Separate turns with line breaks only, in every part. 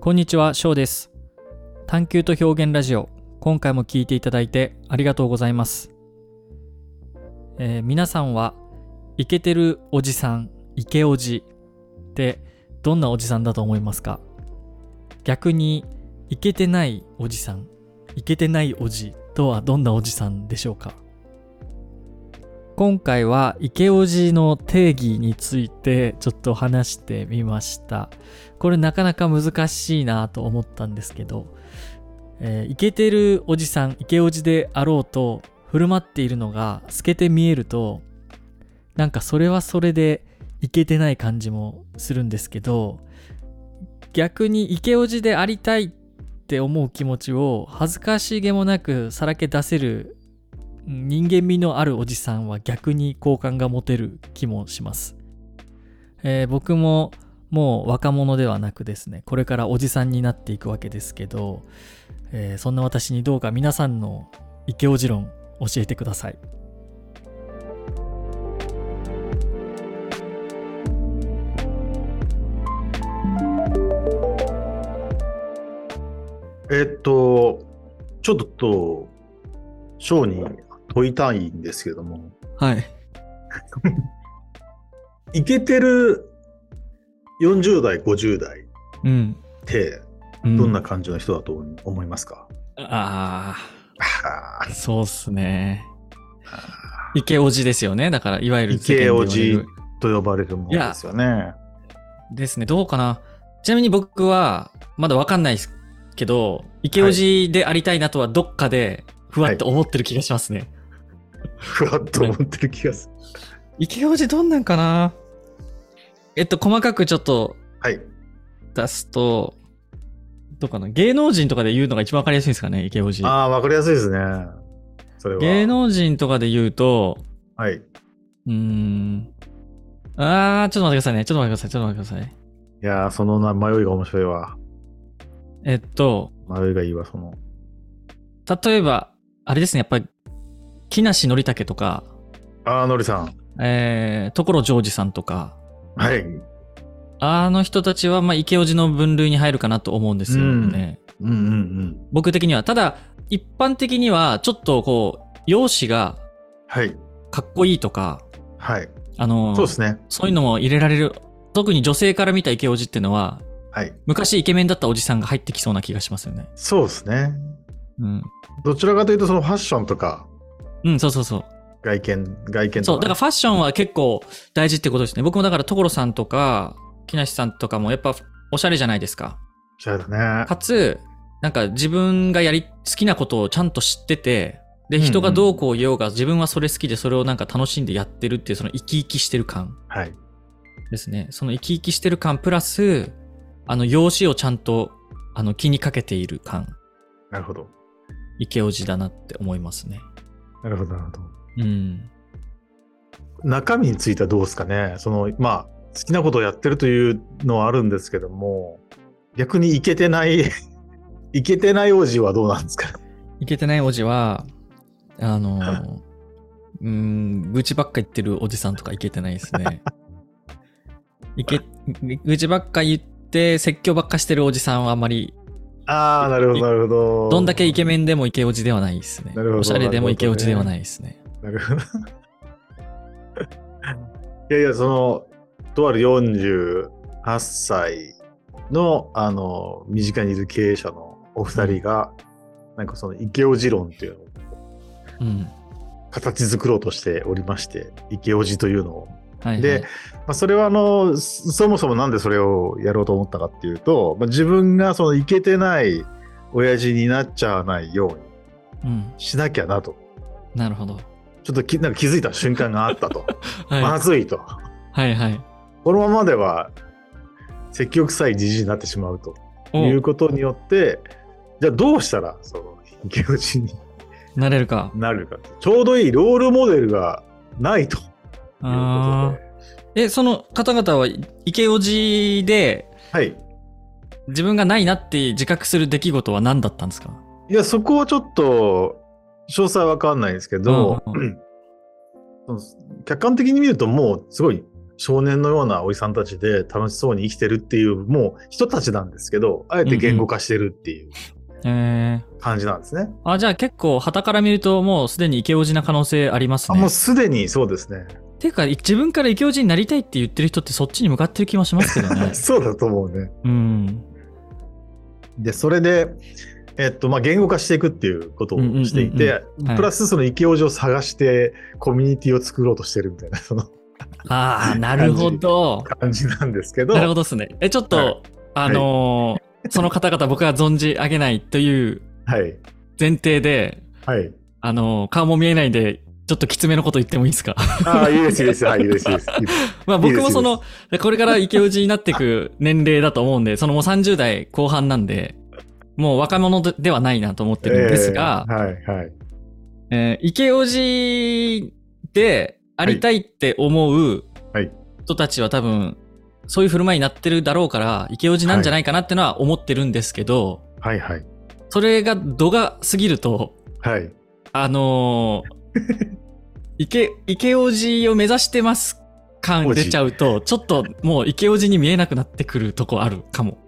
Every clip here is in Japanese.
こんにちは、翔です。探求と表現ラジオ、今回も聞いていただいてありがとうございます。えー皆さんは、イケてるおじさん、イケおじってどんなおじさんだと思いますか逆に、イケてないおじさん、イケてないおじとはどんなおじさんでしょうか今回は、イケおじの定義についてちょっと話してみました。これなかなか難しいなと思ったんですけど、えーイケてるおじさんイケおじであろうと振る舞っているのが透けて見えるとなんかそれはそれでイケてない感じもするんですけど逆にイケおじでありたいって思う気持ちを恥ずかしげもなくさらけ出せるうん人間味のあるおじさんは逆に好感が持てる気もします、えー僕ももう若者ではなくですねこれからおじさんになっていくわけですけど、えーそんな私にどうか皆さんのイケオジ論教えてください
えっと、ちょっと、翔に問いたいんですけども、
はい
イケてる40代、50代っ
うん、
て、
うん、
どんな感じの人だと思いますか、
あ
はあ
あそうっすねイケオジですよねだからいわゆる
イケオジ
世間で言われる
と呼ばれるものですよね。
ですねどうかなちなみに僕はまだわかんないですけどイケオジでありたいなとはどっかでふわっと思ってる気がしますね、
ふわっと思ってる気がする。
イケオジどんなんかなえっと細かくちょっと
はい。
出すと、どうかな芸能人とかで言うのが一番わかりやすいんですかね、イケオジ。
ああー、わかりやすいですね。それは。
芸能人とかで言うと、
はい。いう
ーん。あー、ちょっと待ってくださいね。ちょっと待ってください。ちょっと待ってください。
やー、そのな迷いが面白いわ。
えっと、
迷いがいいわ、その。
例えば、あれですね、やっぱり、木梨憲武とか、
ああ、のりさん。
えー、所ジョージさんとか、
はい。
あの人たちは、まあ、イケオジの分類に入るかなと思うんですよね。
うんうんうん。
僕的には。ただ、一般的には、ちょっとこう、容姿が
はい。
かっこいいとか、
はい。
あの
そうですね。
そういうのも入れられる。特に女性から見たイケオジっていうのは、
はい。
昔イケメンだったおじさんが入ってきそうな気がしますよね。
そうですね。
うん。
どちらかというと、そのファッションとか、
うん、そうそうそう。
外見、外見とか、
そう、だからファッションは結構大事ってことですね。僕もだから所さんとか、木梨さんとかもやっぱおしゃれじゃないですか。
そうだね。
かつ、なんか自分がやり、好きなことをちゃんと知ってて、で、
うんうん
人がどうこう言おうが、自分はそれ好きで、それをなんか楽しんでやってるっていう、その生き生きしてる感
はい。
ですね。その生き生きしてる感プラス、あの、容姿をちゃんと、あの、気にかけている感。
なるほど。
イケオジだなって思いますね。
なるほど、なるほど。
うん。
中身についてはどうですかね。その、まあ、好きなことをやってるというのはあるんですけども、逆にいけてない、いけてない王子はどうなんですか
イケて ないおじは、あの ー、うん、愚痴ばっか言ってるおじさんとかイケてないですね。 イケ、愚痴ばっか言って説教ばっかしてるおじさんはあんまり、
ああ、なるほど、なるほど。
どんだけイケ
ン。
メンでもイケおじではないですね。
なるほど
おしゃれでも
なるほどね
イケおじではないですね。
なるほど。いやいや、その、とある48歳の、あの、身近にいる経営者のお二人が、なんかその、イケオジ論っていうのを
うん。
形作ろうとしておりまして、イケオジというのを。
はい、はい。
で、まあ、それはあの、そそもそもなんでそれをやろうと思ったかっていうと、まあ、自分がそのイケてない親父になっちゃわないように
うん。
しなきゃなと、
なるほど。
ちょっときなんか気づいた瞬間があ ったと、ま
は
ずいと、
い。はいはい。
このままでは積極臭いじじいになってしまうとい
お
うことによって、じゃあどうしたらそのイケオジに
なれるか。
なるか、ちょうどいいロールモデルがないという
あ
こ
ーえ、その方々はイケおじで、
とで、はい。
自分がないなって自覚する出来事は何だったんですか
いや、そこはちょっと、詳細わかんないですけど、
うんうん
その客観的に見るともうすごい少年のようなおじさんたちで楽しそうに生きてるっていう、もう人たちなんですけど、あえて言語化してるっていう
えー、
感じなんですね。
あじゃあ結構旗から見るともうすでにイケオジな可能性あります
あ
ね
もうすでにそうですね。
ていうか自分からイケオジになりたいって言ってる人ってそっちに向かってる気もしますけどね
そうだと思うね。
うん
で、それで、えっと、まあ、言語化していくっていうことをしていて、
はい
プラスその生きおじを探して、コミュニティを作ろうとしてるみたいな、その
ああなるほど
感じなんですけど、
なるほどですねえちょっと、
はい
あのーその方々僕は存じ上げないという
はい。
前提で
はい。
あのー顔も見えないんでちょっときつめのこと言ってもいいですか
ああ、いいです、いいです。はい、いいです、いいです。いいです
まあ
いい
僕
です
もそのこれからイケオジになっていく年齢だと思うんでそのもう30代後半なんでもう若者でではないなと思ってるんですが、
えーはい、はい。
えー、池叔父でありたいって思う
はい
人たちは多分、そういう振る舞いになってるだろうから、池叔父なんじゃないかなってのは思ってるんですけど、
はい、はい。
それが度が過ぎると、
はい。
あのー池、池叔父を目指してます感
おじ
出ちゃうと、ちょっともう池叔父に見えなくなってくるとこあるかも。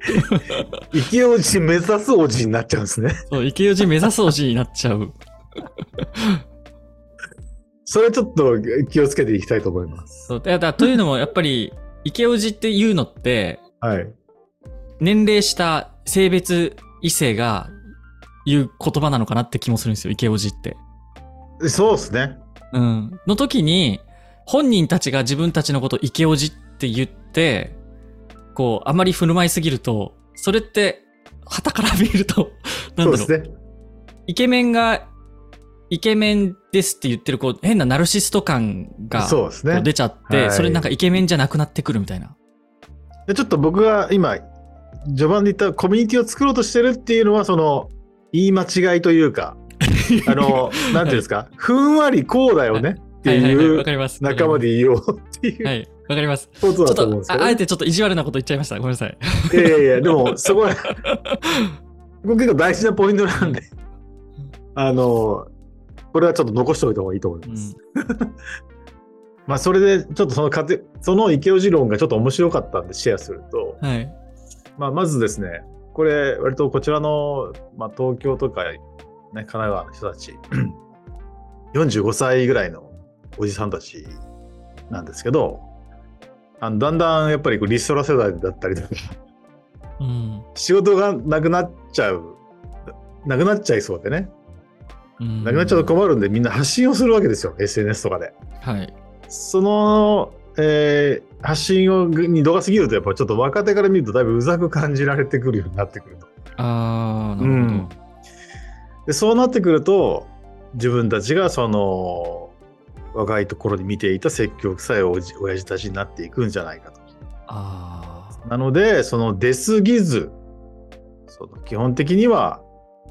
生きおじ目指すおじになっちゃうんですね。
そう、池叔父目指す叔父になっちゃう。
それちょっと気をつけていきたいと思います。
そう、だだというのもやっぱり、池叔父っていうのって、
はい。
年齢した性別異性が言う言葉なのかなって気もするんですよ、イケオジって。
そうですね。
うん。の時に、本人たちが自分たちのことイケオジって言って、こう、あまり振る舞いすぎると、それって、旗から見ると、 な
そ
ん
う
だ
で
ろう、
すね。
イケメンが、イケメンですって言ってる、こう、変なナルシスト感が、こ
そうです
う
ね。
出ちゃって、
はい
それなんかイケメンじゃなくなってくるみたいな。
でちょっと僕が今序盤で言ったコミュニティを作ろうとしてるっていうのはその言い間違いとい うかあのなんていうんですか、ふんわりこうだよねって
はいはいはい、
い
わ
う
かります。
仲間でいようっていう
はい、わかります。
こと
ちょ
だ
っ
と思うん
と
ですけ
あ、
ど、
あえてちょっと意地悪なこと言っちゃいました。ごめんなさい。
いやいやいやでもそ こはここ結構大事なポイントなんであのこれはちょっと残しておいた方がいいと思います。まあそれでちょっとそのかてその池尾次論がちょっと面白かったんでシェアすると、
うんはい。
まあ、まずですね、これ、割とこちらの、まあ、東京とか、ね、神奈川の人たち、45歳ぐらいのおじさんたちなんですけど、あのだんだんやっぱりこうリストラ世代だったりとか、
うん。
仕事がなくなっちゃう、なくなっちゃいそうでね、
うん
なくなっちゃうと困るんで、みんな発信をするわけですよ、SNS とかで。
はい。
その、えー発信をに度が過ぎると、やっぱちょっと若手から見ると、だいぶうざく感じられてくるようになってくると。
ああ、
う
なる
んでそうなってくると自分たちがその若いところに見ていた説教臭いおじ親父たちになっていくんじゃないかと。
ほど。ああ。
なのでその出過ぎずその基本的には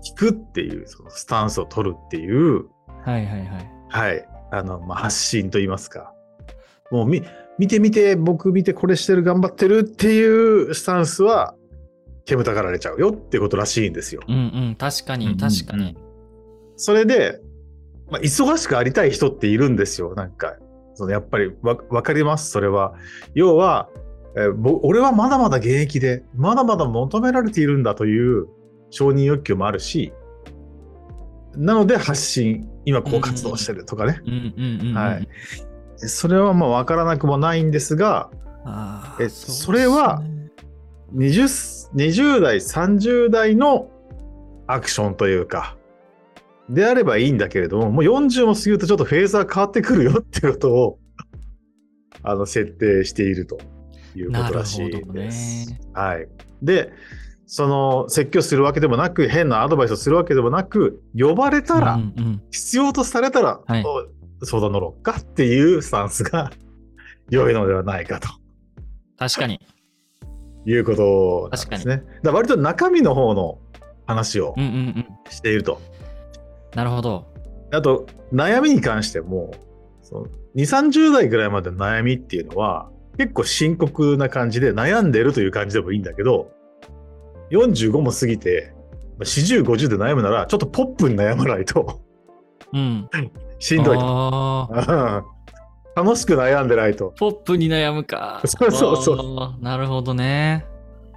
聞くっていうそのスタンスを取るっていう、
はいはいはい。
はいあのまあ、発信といいますかもうみ見て見て僕見てこれしてる頑張ってるっていうスタンスは煙たがられちゃうよってことらしいんですよ。
うんうん。確か
うんうん
に、確かに。
それで、まあ、忙しくありたい人っているんですよ、なんか。そのやっぱりわ分かります、それは。要は、えーぼ俺はまだまだ現役で、まだまだ求められているんだという承認欲求もあるし、なので発信、今こう活動してるとかね。
うんうんうんうん。
はい。それはまあ分からなくもないんですが、
あ
えそれは、20, 20代30代のアクションというかであればいいんだけれどももう40も過ぎるとちょっとフェーズは変わってくるよっていうことをあの設定しているということらしい
なるほど
で
ね
す。はい、でその説教するわけでもなく変なアドバイスをするわけでもなく呼ばれたら、
うんうん
必要とされたら、
はい
お相談乗ろうかっていうスタンスが良いのではないかと。
確かに。
いうことなんですね。だから割と中身の方の話を
うんうんうん。
していると。
なるほど。
あと、悩みに関しても、その2、30代ぐらいまでの悩みっていうのは、結構深刻な感じで悩んでるという感じでもいいんだけど、45も過ぎて、まあ40、50で悩むなら、ちょっとポップに悩まないと
うん。
しんどいと。
ああ。
うん楽しく悩んでないと。
ポップに悩むか。
そうそうそう
う。なるほどね。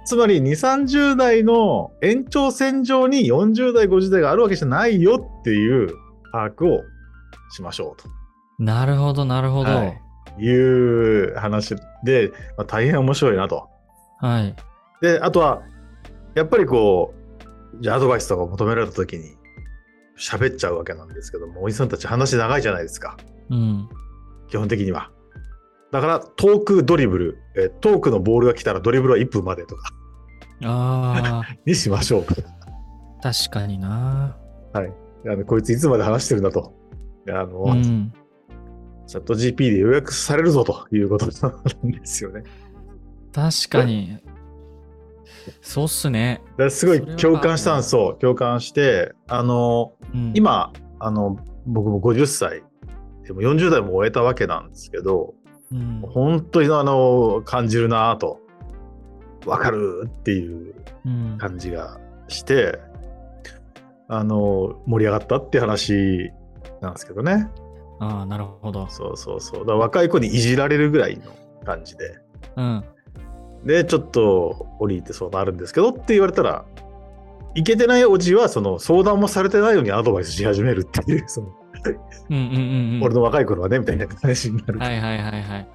つまり2、30代の延長線上に40代、50代があるわけじゃないよっていう把握をしましょうと。
なるほど、なるほど。は
はいい。いう話で、まあ、大変面白いなと。で、あとは、やっぱりこう、じゃあアドバイスとか求められた時に喋っちゃうわけなんですけども、おじさんたち話長いじゃないですか、
うん。
基本的には。だから、トークドリブル、えトークのボールが来たらドリブルは1分までとか
あ
にしましょうと。
あ、 確かにな。
あのこいついつまで話してるんだと。あの、
うん。
チャット GP で予約されるぞということなんですよね。だ か
確かに。そうっすね。
らすご
それ
い
は
共感したんですよ。共感して、あの、
うん、
今、あの、僕も50歳、でも40代も終えたわけなんですけど、
うん、
本当にあの、感じるなぁと、わかるっていう
うん
感じがして、あの、盛り上がったって話なんですけどね。
ああ、なるほど。
そうそうそう。だから若い子にいじられるぐらいの感じで。
うん。
でちょっと降りてそうなるんですけどって言われたらいけてないおじはその相談もされてないのにアドバイスし始めるっていうその、
うんうんうんうん。
俺の若い頃はねみたいな話になる、、
はいいはいはいはい。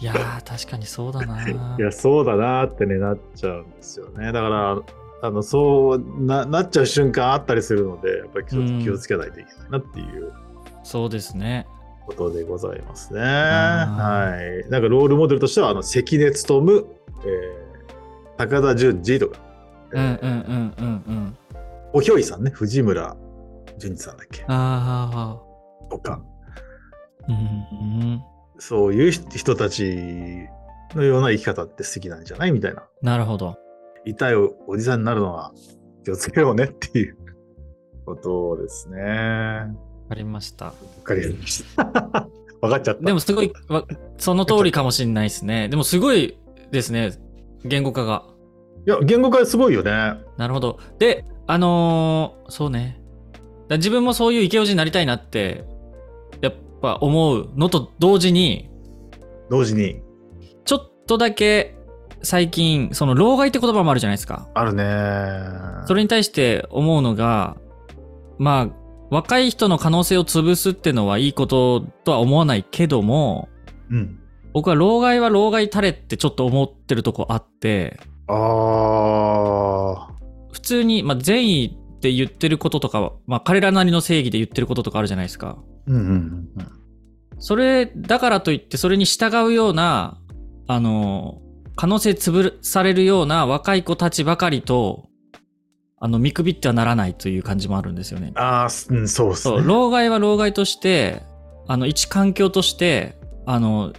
いやー、確かにそうだ な。
やそうだなーってねなっちゃうんですよねだからあのそうななっちゃう瞬間あったりするのでやっぱり気を
うん
気をつけないといけないなっていう
そうですね。
ことでございますね、
あ
はいなんかロールモデルとしてはあの関根勤、えー高田純次とか、え
う
ー
んうんうんうんうん。
おひょいさんね藤村淳二さんだっけ
あ
とか
あ、うんうん。
そういう人たちのような生き方って素敵なんじゃないみたいな
なるほど。
痛いおじさんになるのは気をつけようねっていうことですねわ
わかりました。
かりました わかっちゃった
でもすごい、わその通りかもしれないですね。でもすごいですね。言語化が。
いや言語化すごいよね
なるほど。で、あのーそうね。だ自分もそういうイケオジになりたいなって、やっぱ思うのと同時に、
同時に
ちょっとだけ最近、その、老害って言葉もあるじゃないですか。
あるね
それに対して思うのが、まあ、若い人の可能性を潰すってのはいいこととは思わないけども、
うん
僕は老害は老害たれってちょっと思ってるとこあって、
ああ
普通に、まあ、善意って言ってることとかは、まあ、彼らなりの正義で言ってることとかあるじゃないですか。
うんうんうんうん
それだからといってそれに従うようなあの可能性潰されるような若い子たちばかりとあの見くびってはならないという感じもあるんですよね。
ああうんそうっす
そう
ね
老害は老害としてあの一環境としてあの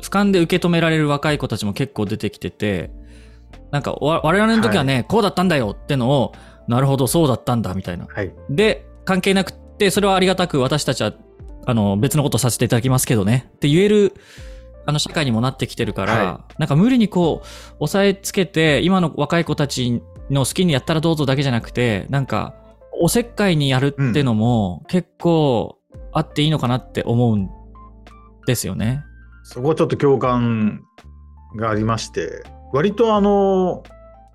俯瞰で受け止められる若い子たちも結構出てきててなんかわ我々の時はね、こうだったんだよってのをなるほどそうだったんだみたいな
はい
で関係なくってそれはありがたく私たちはあの別のことさせていただきますけどねって言えるあの社会にもなってきてるから、
は
なんか無理にこう抑えつけて今の若い子たちの好きにやったらどうぞだけじゃなくてなんかおせっかいにやるってのも結構あっていいのかなって思うんですよね。
そこはちょっと共感がありまして、割とあの、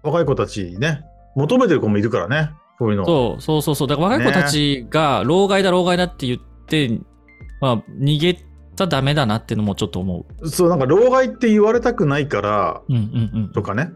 若い子たちね、求めてる子もいるからね、そういうの。
そうそうそうそうだから若い子たちが老害だ老害だって言って、まあ、逃げたらダメだなってのもちょっと思う。
そう、なんか、老害って言われたくないから、
うんうんうん、
とかね。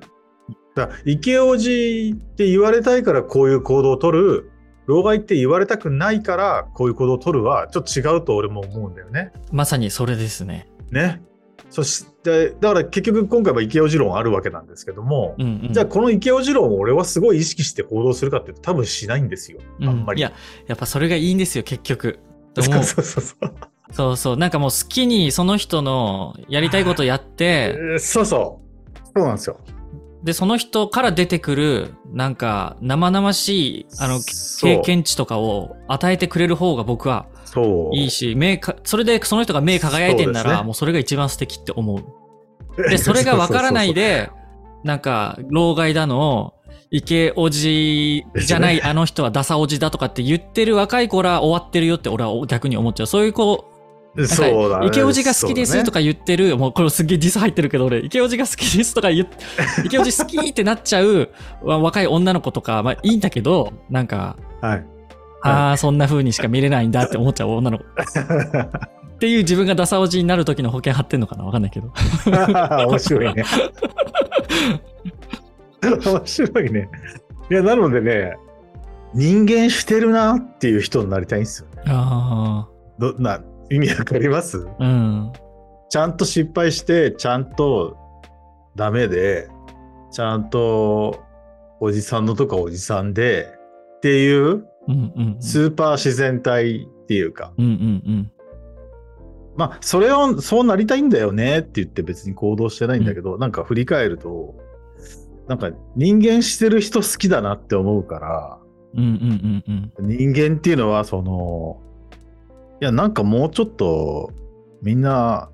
だから、イケオジって言われたいからこういう行動を取る、老害って言われたくないからこういう行動を取るは、ちょっと違うと俺も思うんだよね。
まさにそれですね。
ね。そして、だから結局今回はイケオジ論あるわけなんですけども、
うんうん、
じゃあこのイケオジ論を俺はすごい意識して行動するかっていうと多分しないんですよ。
うん
あんまり。
いや、やっぱそれがいいんですよ、結局。
そう
もう
そうそうそう。
そうそう、なんかもう好きにその人のやりたいことやって、
えーそうそう。そうなんですよ。
で、その人から出てくる、なんか生々しい、あの、
そう
経験値とかを与えてくれる方が僕は
そう。
いいし、目か、それでその人が目輝いてんな
そうで
ら、
すね
もうそれが一番素敵って思う。で、それがわからないで、なんか、老害だの、イケおじじゃな
で
いあの人はダサおじだとかって言ってる若い子ら終わってるよって俺は逆に思っちゃう。そういう子
そうだね。
池おじが好きですと
か。
か言ってる、もうこれすっげえディス入ってるけど俺、池おじが好きですとか言っ、 池おじ好きってなっちゃうわ若い女の子とか、まあいいんだけど、なんか、
はい。
ああ、そんな風にしか見れないんだって思っちゃう女の子。っていう自分がダサおじになる時の保険貼ってんのかなわかんないけど。
面白いね。 面白いね。いや、なのでね、人間してるなっていう人になりたいんですよね。
あ
どんな、意味わかります
あ、うん。
ちゃんと失敗して、ちゃんとダメで、ちゃんとおじさんのとかおじさんで、っていう
うんうんうん。
スーパー自然体っていうか、
うんうんうん。
まあ、それを、そうなりたいんだよねって言って別に行動してないんだけど、なんか振り返ると、なんか人間してる人好きだなって思うから、
うんうんうんうん。
人間っていうのはその、いや、なんかもうちょっとみんな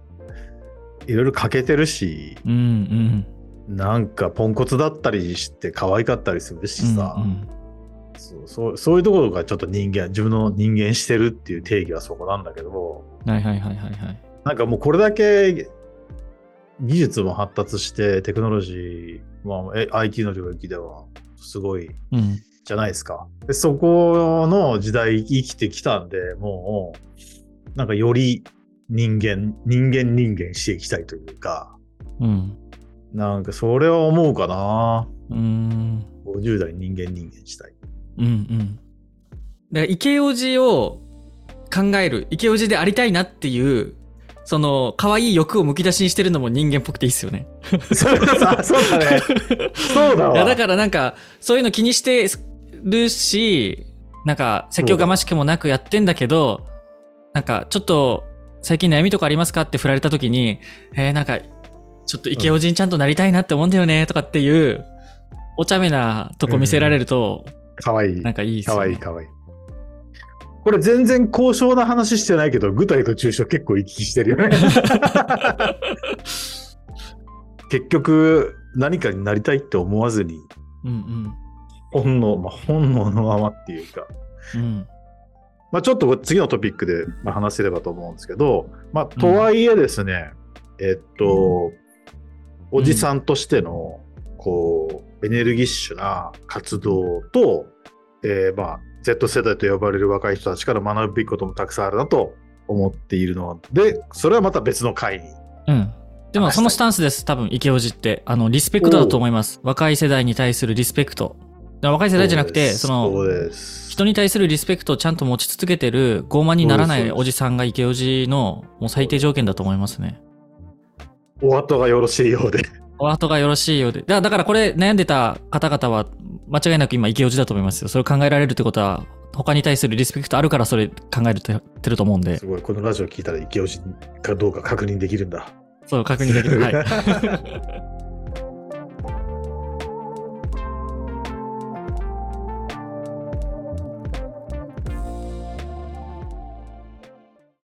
いろいろ欠けてるし、
うんうん。
なんかポンコツだったりして可愛かったりするしさ、
うんうん
そうそうそういうところがちょっと人間、自分の人間してるっていう定義はそこなんだけど、
はいはいはいはいはい。
なんかもうこれだけ技術も発達してテクノロジー、まあ、え IT の領域ではすごい
うん。
じゃないですか。でそこの時代生きてきたんでもうなんかより人間人間人間していきたいというか
うん。
なんかそれは思うかな
うーん。
50代人間人間したい。
うんうん。だから、池おじを考える、池おじでありたいなっていう、その、可愛い欲をむき出しにしてるのも人間っぽくていいっすよね。
そうだそうだね。そうだ
いや、だ
わ。
からなんか、そういうの気にしてるし、なんか、説教がましくもなくやってんだけど、なんか、ちょっと、最近悩みとかありますかって振られた時に、えー、なんか、ちょっと池おじにちゃんとなりたいなって思うんだよね、とかっていう、お茶目なとこ見せられると、
かわいい
な。んかいいっす
か
よ
わ
ね。
いいかわいい。これ全然高尚な話してないけど、具体と抽象結構行き来してる よね。結局、何かになりたいって思わずに、
うん
本能、まあ、本能のままっていうか、
うん。うん。
まあ、ちょっと次のトピックでまあ話せればと思うんですけど、まあ、とはいえですね、えっと、おじさんとしての、こう、エネルギッシュな活動と、えーまあ、Z 世代と呼ばれる若い人たちから学ぶべきこともたくさんあるなと思っているので、それはまた別の回に。
うん。でもそのスタンスです、多分、池おじって。あの、リスペクトだと思います。若い世代に対するリスペクト。だから若い世代じゃなくて、その、
うです
人に対するリスペクトをちゃんと持ち続けてる、傲慢にならな
そうで
い
す
おじさんが池おじの、もう最低条件だと思いますね。
お後がよろしいようで。、
お後がよろしいようで。だだからこれ悩んでた方々は、間違いなく今池おじだと思いますよ。それを考えられるってことは、他に対するリスペクトあるからそれ考えててると思うんです
ごい、このラジオ聞いたら、イケオジかどうか確認できるんだ。
そう、確認できる。はい。